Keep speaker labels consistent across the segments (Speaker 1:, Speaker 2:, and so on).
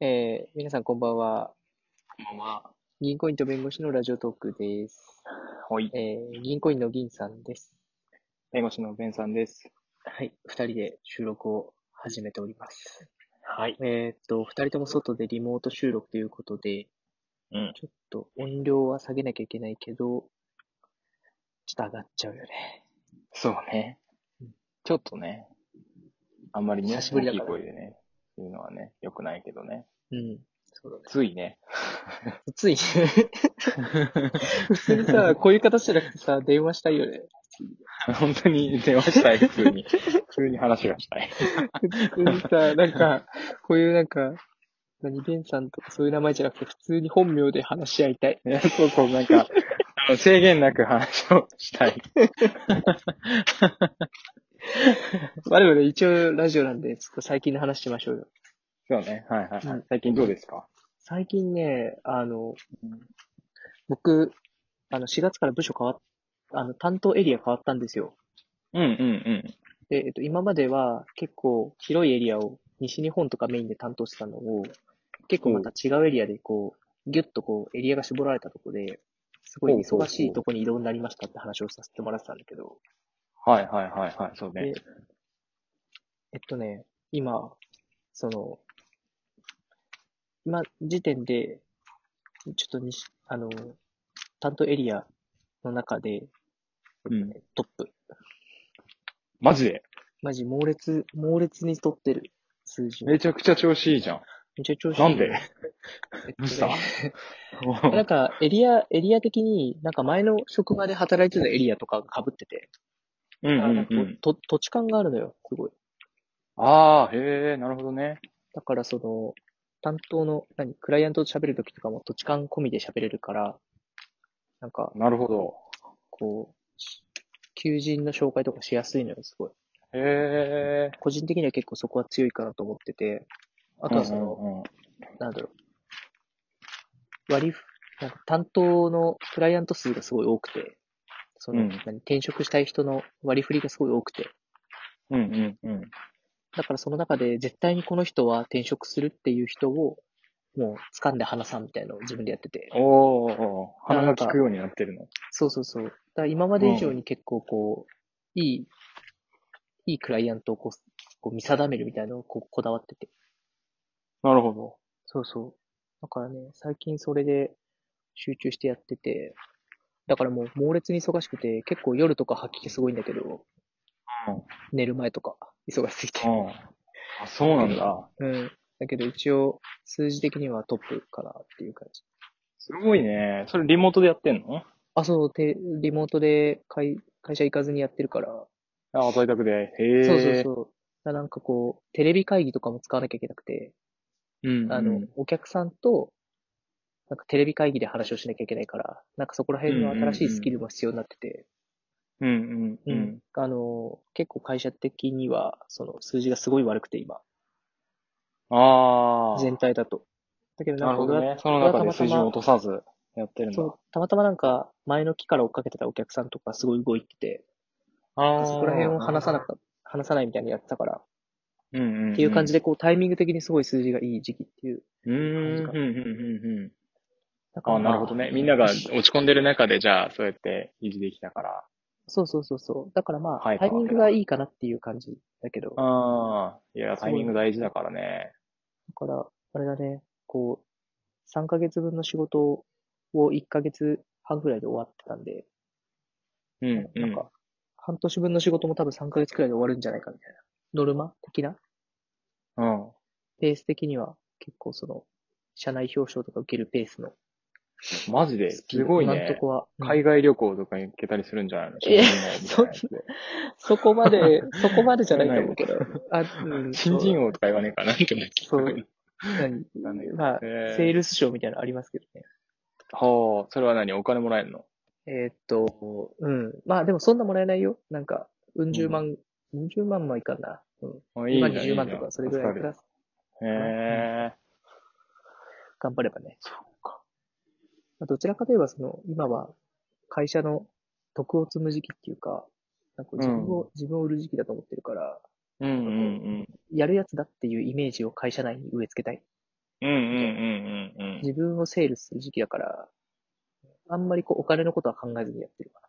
Speaker 1: えー、皆さんこんばんは。
Speaker 2: こんばんは。
Speaker 1: 銀コインと弁護士のラジオトークです。
Speaker 2: ほい。
Speaker 1: えー、銀コインの銀さんです。
Speaker 2: 弁護士のベンさんです。
Speaker 1: はい。二人で収録を始めております。
Speaker 2: はい。
Speaker 1: えーっと、二人とも外でリモート収録ということで、
Speaker 2: うん。
Speaker 1: ちょっと音量は下げなきゃいけないけど、ちょっと上がっちゃうよね。
Speaker 2: そうね。ちょっとね、あんまりね、
Speaker 1: 久しぶりだから
Speaker 2: 大きい声でね、言うのはね、良くないけどね。
Speaker 1: うん。そうだ
Speaker 2: ついね。
Speaker 1: ね。つい、 普通にさ、こういう形じゃなくてさ、電話したいよね。
Speaker 2: 本当に電話したい、普通 に。普通に話がしたい。
Speaker 1: 普通にさ、なんか、こういうなんか、何ベンさんとかそういう名前じゃなくて、普通に本名で話し合いたい。
Speaker 2: ねそうそう、なんか、あの制限なく話をしたい。
Speaker 1: 我々一応ラジオなんで、ちょっと最近の話しましょうよ。
Speaker 2: そうね。はいはいは
Speaker 1: うん
Speaker 2: い。最近どうですか
Speaker 1: 最近ね、あの、
Speaker 2: うん
Speaker 1: 僕、あの、4月から部署変わっ、あの、担当エリア変わったんですよ。
Speaker 2: うんうん
Speaker 1: で、えっと、今までは結構広いエリアを西日本とかメインで担当してたのを、結構また違うエリアでこう、ぎゅっとこう、エリアが絞られたとこで、すごい忙しいとこに移動になりましたって話をさせてもらってたんだけど、
Speaker 2: うん。はいはいはいはい、そうね
Speaker 1: で。えっとね、今、その、今時点で、ちょっと西、あの、担当エリアの中で、えっとね
Speaker 2: うん
Speaker 1: トップ。
Speaker 2: マジで
Speaker 1: マジ猛烈、猛烈に取ってる数字。め
Speaker 2: めちゃくちゃ調子いいじ ゃん。
Speaker 1: っちゃ調子いい
Speaker 2: なんで
Speaker 1: えっとね
Speaker 2: どうした
Speaker 1: なんか、エリア、エリア的に、なんか前の職場で働いてたエリアとかが被ってて、
Speaker 2: うんうん
Speaker 1: なんか
Speaker 2: うん。
Speaker 1: と土地感があるのよ、すごい。
Speaker 2: ああ、へえ、なるほどね。
Speaker 1: だからその、担当の、何、クライアントと喋るときとかも土地勘込みで喋れるから、なんか、
Speaker 2: なるほど。
Speaker 1: こう、求人の紹介とかしやすいのよ、すごい。
Speaker 2: へえ。
Speaker 1: 個人的には結構そこは強いかなと思ってて、あとはその、
Speaker 2: の、
Speaker 1: なんだろう、割りふ、なんか担当のクライアント数がすごい多くて、その、
Speaker 2: うん
Speaker 1: 何転職したい人の割り振りがすごい多くて、
Speaker 2: うんうんうん。
Speaker 1: だからその中で絶対にこの人は転職するっていう人を、もう掴んで話さんみたいなのを自分でやってて。
Speaker 2: おー、鼻が効くようになってるの。
Speaker 1: そうそうそう。だから今まで以上に結構こう、いい、いいクライアントをこうこう見定めるみたいなのをこうこだわってて。
Speaker 2: なるほど。
Speaker 1: そうそう。だからね、最近それで集中してやってて、だからもう猛烈に忙しくて、結構夜とか吐き気すごいんだけど、
Speaker 2: うん
Speaker 1: 寝る前とか、忙しすぎて。
Speaker 2: うん。あ、そうなんだ。
Speaker 1: うん。だけど一応、数字的にはトップかなっていう感じ。
Speaker 2: すごいね。それリモートでやってんの
Speaker 1: あ、そう、てリモートで会会社行かずにやってるから、
Speaker 2: あ、在宅で。へえ。
Speaker 1: そうそうそう。だなんかこう、テレビ会議とかも使わなきゃいけなくて、
Speaker 2: う。うん。
Speaker 1: あの、お客さんと、なんかテレビ会議で話をしなきゃいけないから、なんかそこら辺の新しいスキルも必要になってて、
Speaker 2: うんうんうん。
Speaker 1: あの、結構会社的には、その数字がすごい悪くて今、
Speaker 2: ああ。
Speaker 1: 全体だと。だけど
Speaker 2: な
Speaker 1: なんか
Speaker 2: るほ
Speaker 1: 俺
Speaker 2: ど
Speaker 1: は、
Speaker 2: ね。その中で水準を落とさずやってるんだ
Speaker 1: そ。う、たまたまなんか前の期から追っかけてたお客さんとかすごい動いてて、
Speaker 2: あー
Speaker 1: そこら辺を話さなか話さないみたいにやってたから、
Speaker 2: うんうんうん。
Speaker 1: っていう感じ
Speaker 2: で。
Speaker 1: でこうタイミング的にすごい数字がいい時期っていう。
Speaker 2: うんうんうんうんうん。
Speaker 1: だから
Speaker 2: あ、なるほどね。みんなが落ち込んでる中で、じゃあ、そうやって維持できたから。
Speaker 1: そうそうそうそう。だからまあ、
Speaker 2: はい
Speaker 1: タイミングがいいかなっていう感じだけど、だ
Speaker 2: ああ、いや、タイミング大事だからね。
Speaker 1: から、あれだね、こう、3ヶ月分の仕事を1ヶ月半ぐらいで終わってたんで、
Speaker 2: うん、う
Speaker 1: なん
Speaker 2: ん。
Speaker 1: か、半年分の仕事も多分3ヶ月くらいで終わるんじゃないかみたいな。ノルマ的な
Speaker 2: うん。
Speaker 1: ペース的には結構その、社内表彰とか受けるペースの
Speaker 2: マジで、
Speaker 1: スピー
Speaker 2: す
Speaker 1: ド。
Speaker 2: ごい
Speaker 1: 今んと
Speaker 2: ね。
Speaker 1: こは。うん
Speaker 2: 海外旅行とか行けたりするんじゃないの
Speaker 1: いや
Speaker 2: 新人王みたいなやつで
Speaker 1: そこまで、 そこまでじゃないと思うけど。あ、うん
Speaker 2: 新人王とか言わねえかなって思って
Speaker 1: そう。何
Speaker 2: なんだけど
Speaker 1: まあ、
Speaker 2: えー
Speaker 1: セールス賞みたいなのありますけどね。
Speaker 2: はあ、それは何お金もらえるの
Speaker 1: えーっと、うん。まあでもそんなもらえないよ。なんか、うん十万、うん十万もいかんな。うん。
Speaker 2: あいい
Speaker 1: 2
Speaker 2: じゃ
Speaker 1: 万、20万
Speaker 2: ん
Speaker 1: とか、それぐらいプラス、
Speaker 2: へえ。
Speaker 1: 頑張ればね。
Speaker 2: そうか。
Speaker 1: まあどちらかといえば、その、今は、会社の徳を積む時期っていうか、なんか自分を、自分を売る時期だと思ってるから、
Speaker 2: うんうん
Speaker 1: やるやつだっていうイメージを会社内に植え付けたい。
Speaker 2: うんうんうんうんうん。
Speaker 1: 自分をセールスする時期だから、あんまりこうお金のことは考えずにやってるか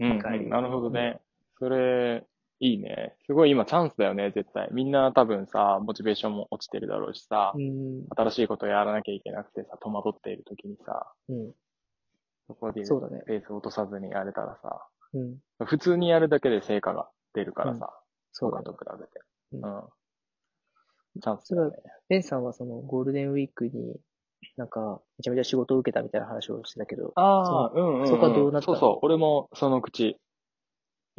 Speaker 2: うんうん、
Speaker 1: 帰り
Speaker 2: なるほどね。それ、いいね。すごい今チャンスだよね、絶対。みんな多分さ、モチベーションも落ちてるだろうしさ
Speaker 1: ら。、うん。
Speaker 2: 新しいことをやらなきゃいけなくてさ、戸惑っている時にさ、
Speaker 1: う
Speaker 2: そこで
Speaker 1: ん。そうだね。
Speaker 2: ペース落とさずにやれたらさ、
Speaker 1: うん。
Speaker 2: 普通にやるだけで成果が出るからさ、
Speaker 1: そうだ
Speaker 2: 他
Speaker 1: ね
Speaker 2: と。比べて。
Speaker 1: う
Speaker 2: うんん。チャンスだよね。
Speaker 1: ベンさんはそのゴールデンウィークになんか、めちゃめちゃ仕事を受けたみたいな話をしてたけど、
Speaker 2: ああ、うんうん、うん。
Speaker 1: そこはどうなった
Speaker 2: そ
Speaker 1: の
Speaker 2: うそう、俺もその口。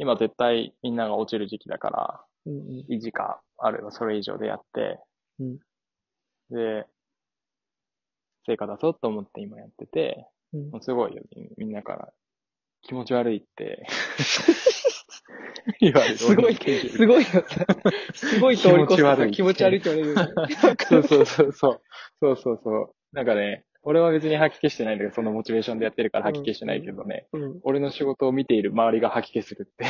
Speaker 2: 今絶対みんなが落ちる時期だから、
Speaker 1: うんうん。
Speaker 2: 1時間、あるいはそれ以上でやって、
Speaker 1: うん
Speaker 2: で、成果出そうと思って今やってて、
Speaker 1: うん
Speaker 2: もうすごいよ、みみんなから、気持ち悪いって、 言われる。
Speaker 1: すごい、すごいよ。すごい通り越してさ気
Speaker 2: 気
Speaker 1: 持
Speaker 2: 持
Speaker 1: ち
Speaker 2: ち
Speaker 1: 悪
Speaker 2: 悪
Speaker 1: い
Speaker 2: い
Speaker 1: って言われるよね。
Speaker 2: そうそうそうそう。そうそうそう。なんかね、俺は別に吐き気してないんだけど、そのモチベーションでやってるから吐き気してないけどね、
Speaker 1: うん。
Speaker 2: 俺の仕事を見ている周りが吐き気 するって。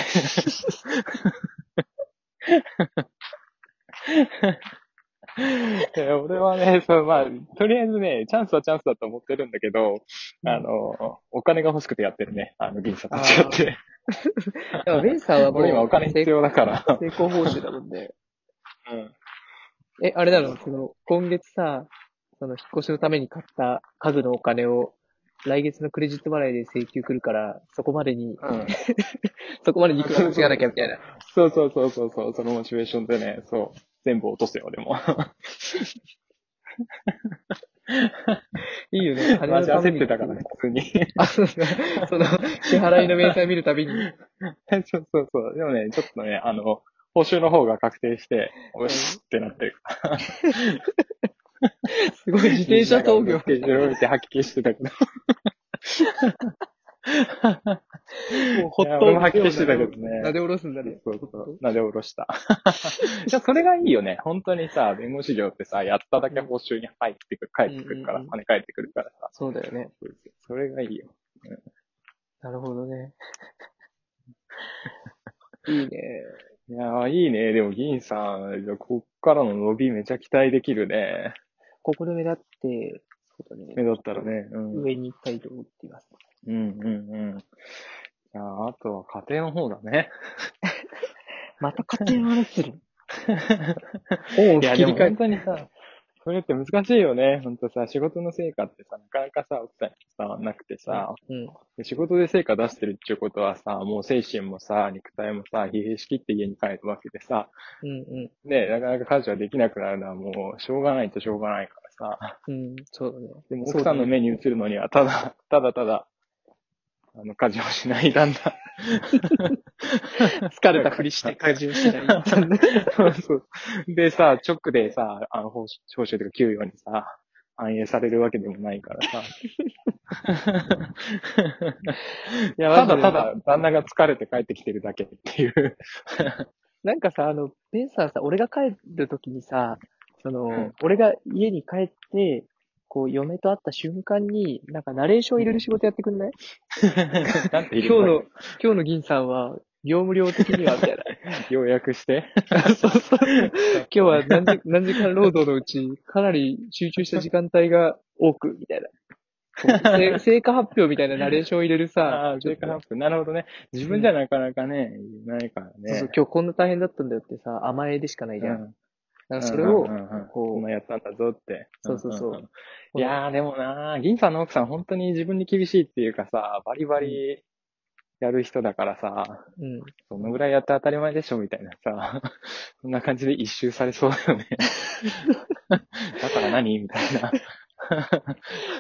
Speaker 2: いや俺はね、そう、まあ、とりあえずね、チャンスはチャンスだと思ってるんだけど、あの、お金が欲しくてやってるね。あの、銀さんと違って。
Speaker 1: でもベンさんはもう、
Speaker 2: 俺今お金必要だから。
Speaker 1: 成功報酬だもんね。
Speaker 2: うん。
Speaker 1: え、あれなのその、今月さ、その、引っ越しのために買った家具のお金を、来月のクレジット払いで請求来るから、そこまでに、
Speaker 2: うん。
Speaker 1: そこまでにいくら違わなきゃみたいな。
Speaker 2: そうそうそうそうそう、そのモチベーションでね、そう、全部落とすよ、俺も。
Speaker 1: いいよね。
Speaker 2: マジ焦ってたからね、普通に。
Speaker 1: あ、そうだ。その、支払いの明細見るたびに。
Speaker 2: そうそうそう。でもね、ちょっとね、あの、報酬の方が確定して、おいしってなってる。
Speaker 1: すごい自転車操業
Speaker 2: ス。ケジュールを見て吐き気してたけど。
Speaker 1: ほ
Speaker 2: いや俺も吐き気してたけどね。
Speaker 1: なでおろすんだね。
Speaker 2: そうそう。なでおろした。 じゃあ、それがいいよね。本当にさ、弁護士業ってさ、やっただけ報酬に入ってくる、返ってくるか
Speaker 1: う
Speaker 2: ら、
Speaker 1: んうんうん
Speaker 2: 跳ね返ってくるからさ。
Speaker 1: そうだよね。
Speaker 2: それがいいよ。
Speaker 1: なるほどね。いいね。
Speaker 2: いやー、いいね。でも、銀さん、じゃあこっからの伸びめちゃ期待できるね。
Speaker 1: ここで目立って、そうだね。
Speaker 2: 目立ったらね。うん。うん、
Speaker 1: 上に行きたいと思っています。
Speaker 2: うん、うん。いやーあとは家庭の方だね。
Speaker 1: また家庭の話する。おう、
Speaker 2: いや、
Speaker 1: 切
Speaker 2: で
Speaker 1: り
Speaker 2: も
Speaker 1: 替え
Speaker 2: 本当にさ、それって難しいよね。本当さ、仕事の成果ってさ、なかなかさ、奥さんに伝わんなくてさ、
Speaker 1: うん。
Speaker 2: で仕事で成果出してるっていうことはさ、もう精神もさ、肉体もさ、疲弊しきって家に帰るわけでさ、
Speaker 1: うん
Speaker 2: ね、なかなか家事はできなくなるのはもう、しょうがないとしょうがないからさ、
Speaker 1: うん。うん、そうだね。
Speaker 2: でも奥さんの目に映るのには、ただ、 ただただ、あの、家事をしない旦那。
Speaker 1: 疲れたふりして家事をし ない。
Speaker 2: そうそう。でさ、直でさ、あの、報酬報酬というか給与にさ、反映されるわけでもないからさ。
Speaker 1: いや
Speaker 2: ただただ、旦那が疲れて帰ってきてるだけっていう。
Speaker 1: なんかさ、あの、ベンさんさ、俺が帰るときにさ、その、
Speaker 2: ん
Speaker 1: 俺が家に帰って、こう、嫁と会った瞬間に、なんかナレーション入れる仕事やってくんない、
Speaker 2: なんて
Speaker 1: 今日の、今日の銀さんは、業務量的には、みたいな。
Speaker 2: 要約して。
Speaker 1: そうそうそう。今日は何時何時間労働のうち、かなり集中した時間帯が多く、みたいな。 こうせ成果発表みたいなナレーションを入れる
Speaker 2: あ
Speaker 1: さ
Speaker 2: あ、、
Speaker 1: ちょっ
Speaker 2: ー
Speaker 1: と
Speaker 2: カアップ。なるほどね。自分じゃなかなかね、言えないから
Speaker 1: そうそう
Speaker 2: ね。
Speaker 1: 今日こんな大変だったんだよってさ、甘えでしかないじゃん。なんかそれを、こう
Speaker 2: 今やったんだぞって。
Speaker 1: そうそうそうん
Speaker 2: んんいやー、でもなー、銀さんの奥さん、本当に自分に厳しいっていうかさ、バリバリやる人だからさ、
Speaker 1: うん。
Speaker 2: そのぐらいやって当たり前でしょみたいなさ、 そんな感じで一周されそうだよね。 だから何みたいな。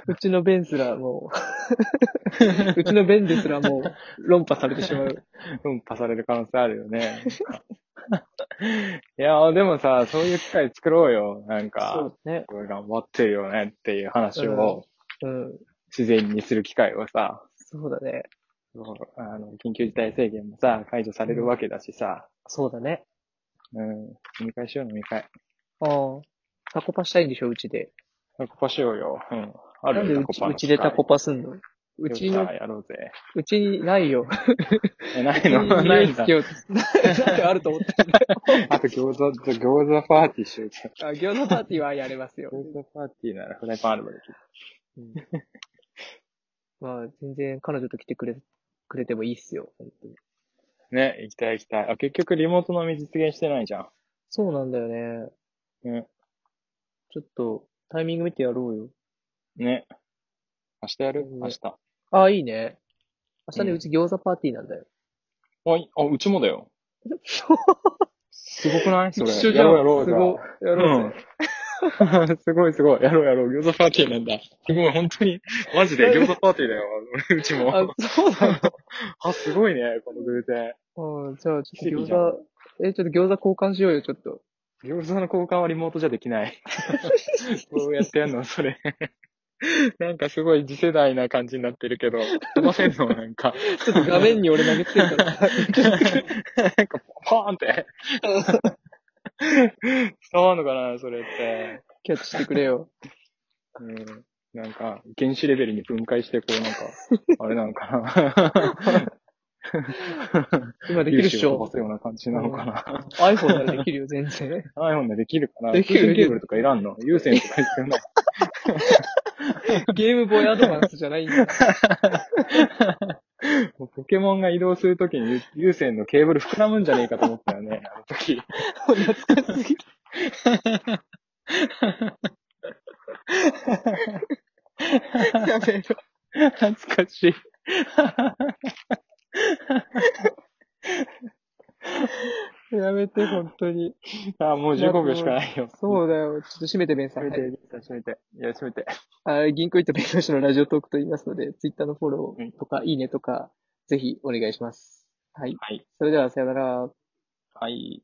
Speaker 1: うちのベンすらもう、う ちのベンですらもう、論破されてしまう。
Speaker 2: うん、パされる可能性あるよね。いやー、でもさ、そういう機会作ろうよ。なんか、
Speaker 1: うね。
Speaker 2: これ頑張ってるよねっていう話を
Speaker 1: うん。
Speaker 2: 自然にする機会をさ、
Speaker 1: そうだね。
Speaker 2: そうあの緊急事態制限もさ、解除されるわけだしさ、
Speaker 1: そうだね。
Speaker 2: うん、飲み会しよう、飲み会。
Speaker 1: ああ。タコパしたいんでしょ、うちで。
Speaker 2: タコパしようよ。うん。あ
Speaker 1: な
Speaker 2: る
Speaker 1: んでうちうちでタコ
Speaker 2: パ
Speaker 1: パすんのうち
Speaker 2: よっ
Speaker 1: の
Speaker 2: しゃ、やろうぜ。
Speaker 1: うちにないよ。
Speaker 2: え、ないのないんだ。
Speaker 1: よ。 なんかあると思ったんだよ。
Speaker 2: あと餃子、餃子パーティーしようぜ。
Speaker 1: あ餃子パーティーはやれますよ。
Speaker 2: 餃子パーティーならフライパンあればできる。
Speaker 1: うんまあ、全然彼女と来てくれ、くれてもいいっすよ、本当に。
Speaker 2: ね、行きたい行きたい。あ、結局リモート飲み実現してないじゃん。
Speaker 1: そうなんだよね。
Speaker 2: ね。
Speaker 1: ちょっと、タイミング見てやろうよ。
Speaker 2: ね。明日やる
Speaker 1: うん
Speaker 2: 明日。
Speaker 1: ああ、いいね。明日ね、
Speaker 2: うん
Speaker 1: うち餃子パーティーなんだよ。
Speaker 2: あ、いあ、うちもだよ。すごくないそれ。やろうやろう
Speaker 1: す
Speaker 2: じゃあ
Speaker 1: ごい。やろうぜ。
Speaker 2: うん。 すごいすごい。やろうやろう。餃子パーティーなんだ。すごい、本当に。マジ で餃子パーティーだよ。うち
Speaker 1: あ
Speaker 2: も。、
Speaker 1: そうなん だ。
Speaker 2: あ、すごいね、この偶然。
Speaker 1: うん、じゃあ、ち
Speaker 2: 奇
Speaker 1: ょ
Speaker 2: 跡
Speaker 1: っと
Speaker 2: じゃん
Speaker 1: 餃子、え、ちょっと餃子交換しようよ、ちょっと。
Speaker 2: 餃子の交換はリモートじゃでき ない。どうやってやんのそれ。なんかすごい次世代な感じになってるけど、飛ばせんのなん か。
Speaker 1: ちょっと画面に俺投げつけた ら。
Speaker 2: なんか、ポーンって。 伝わんのかなそれって。
Speaker 1: キャッチしてくれよ。
Speaker 2: うん。なんか、原子レベルに分解して、こ うなんか、あれなのかな
Speaker 1: 今 できるっし
Speaker 2: 粒子を飛
Speaker 1: ょ
Speaker 2: ば。すような感じなのかな
Speaker 1: iPhone ならできるよ、全然。
Speaker 2: ?iPhone でできるかな
Speaker 1: できる
Speaker 2: 通信ケーブルとかいらんの有線とか必要ない
Speaker 1: ゲームボーイアドバンスじゃないんだ。
Speaker 2: もうポケモンが移動するときに有線のケーブル膨らむんじゃねえかと思ったよね、あの 時。
Speaker 1: 懐かしすぎる。やめろ。
Speaker 2: 懐かしい。
Speaker 1: やめて、本当に。
Speaker 2: あ、もう15秒しかないよ。う。
Speaker 1: そうだよ。ちょっと閉めて、ベンさ
Speaker 2: 閉
Speaker 1: ん。
Speaker 2: め
Speaker 1: はい
Speaker 2: て、閉めて。いや、閉めて。
Speaker 1: あ銀行行った弁護士のラジオトークと言いますので、ツイッターのフォローとか、いいねとか、ぜひお願いします。はい。
Speaker 2: はい。
Speaker 1: それでは、さよなら。
Speaker 2: はい。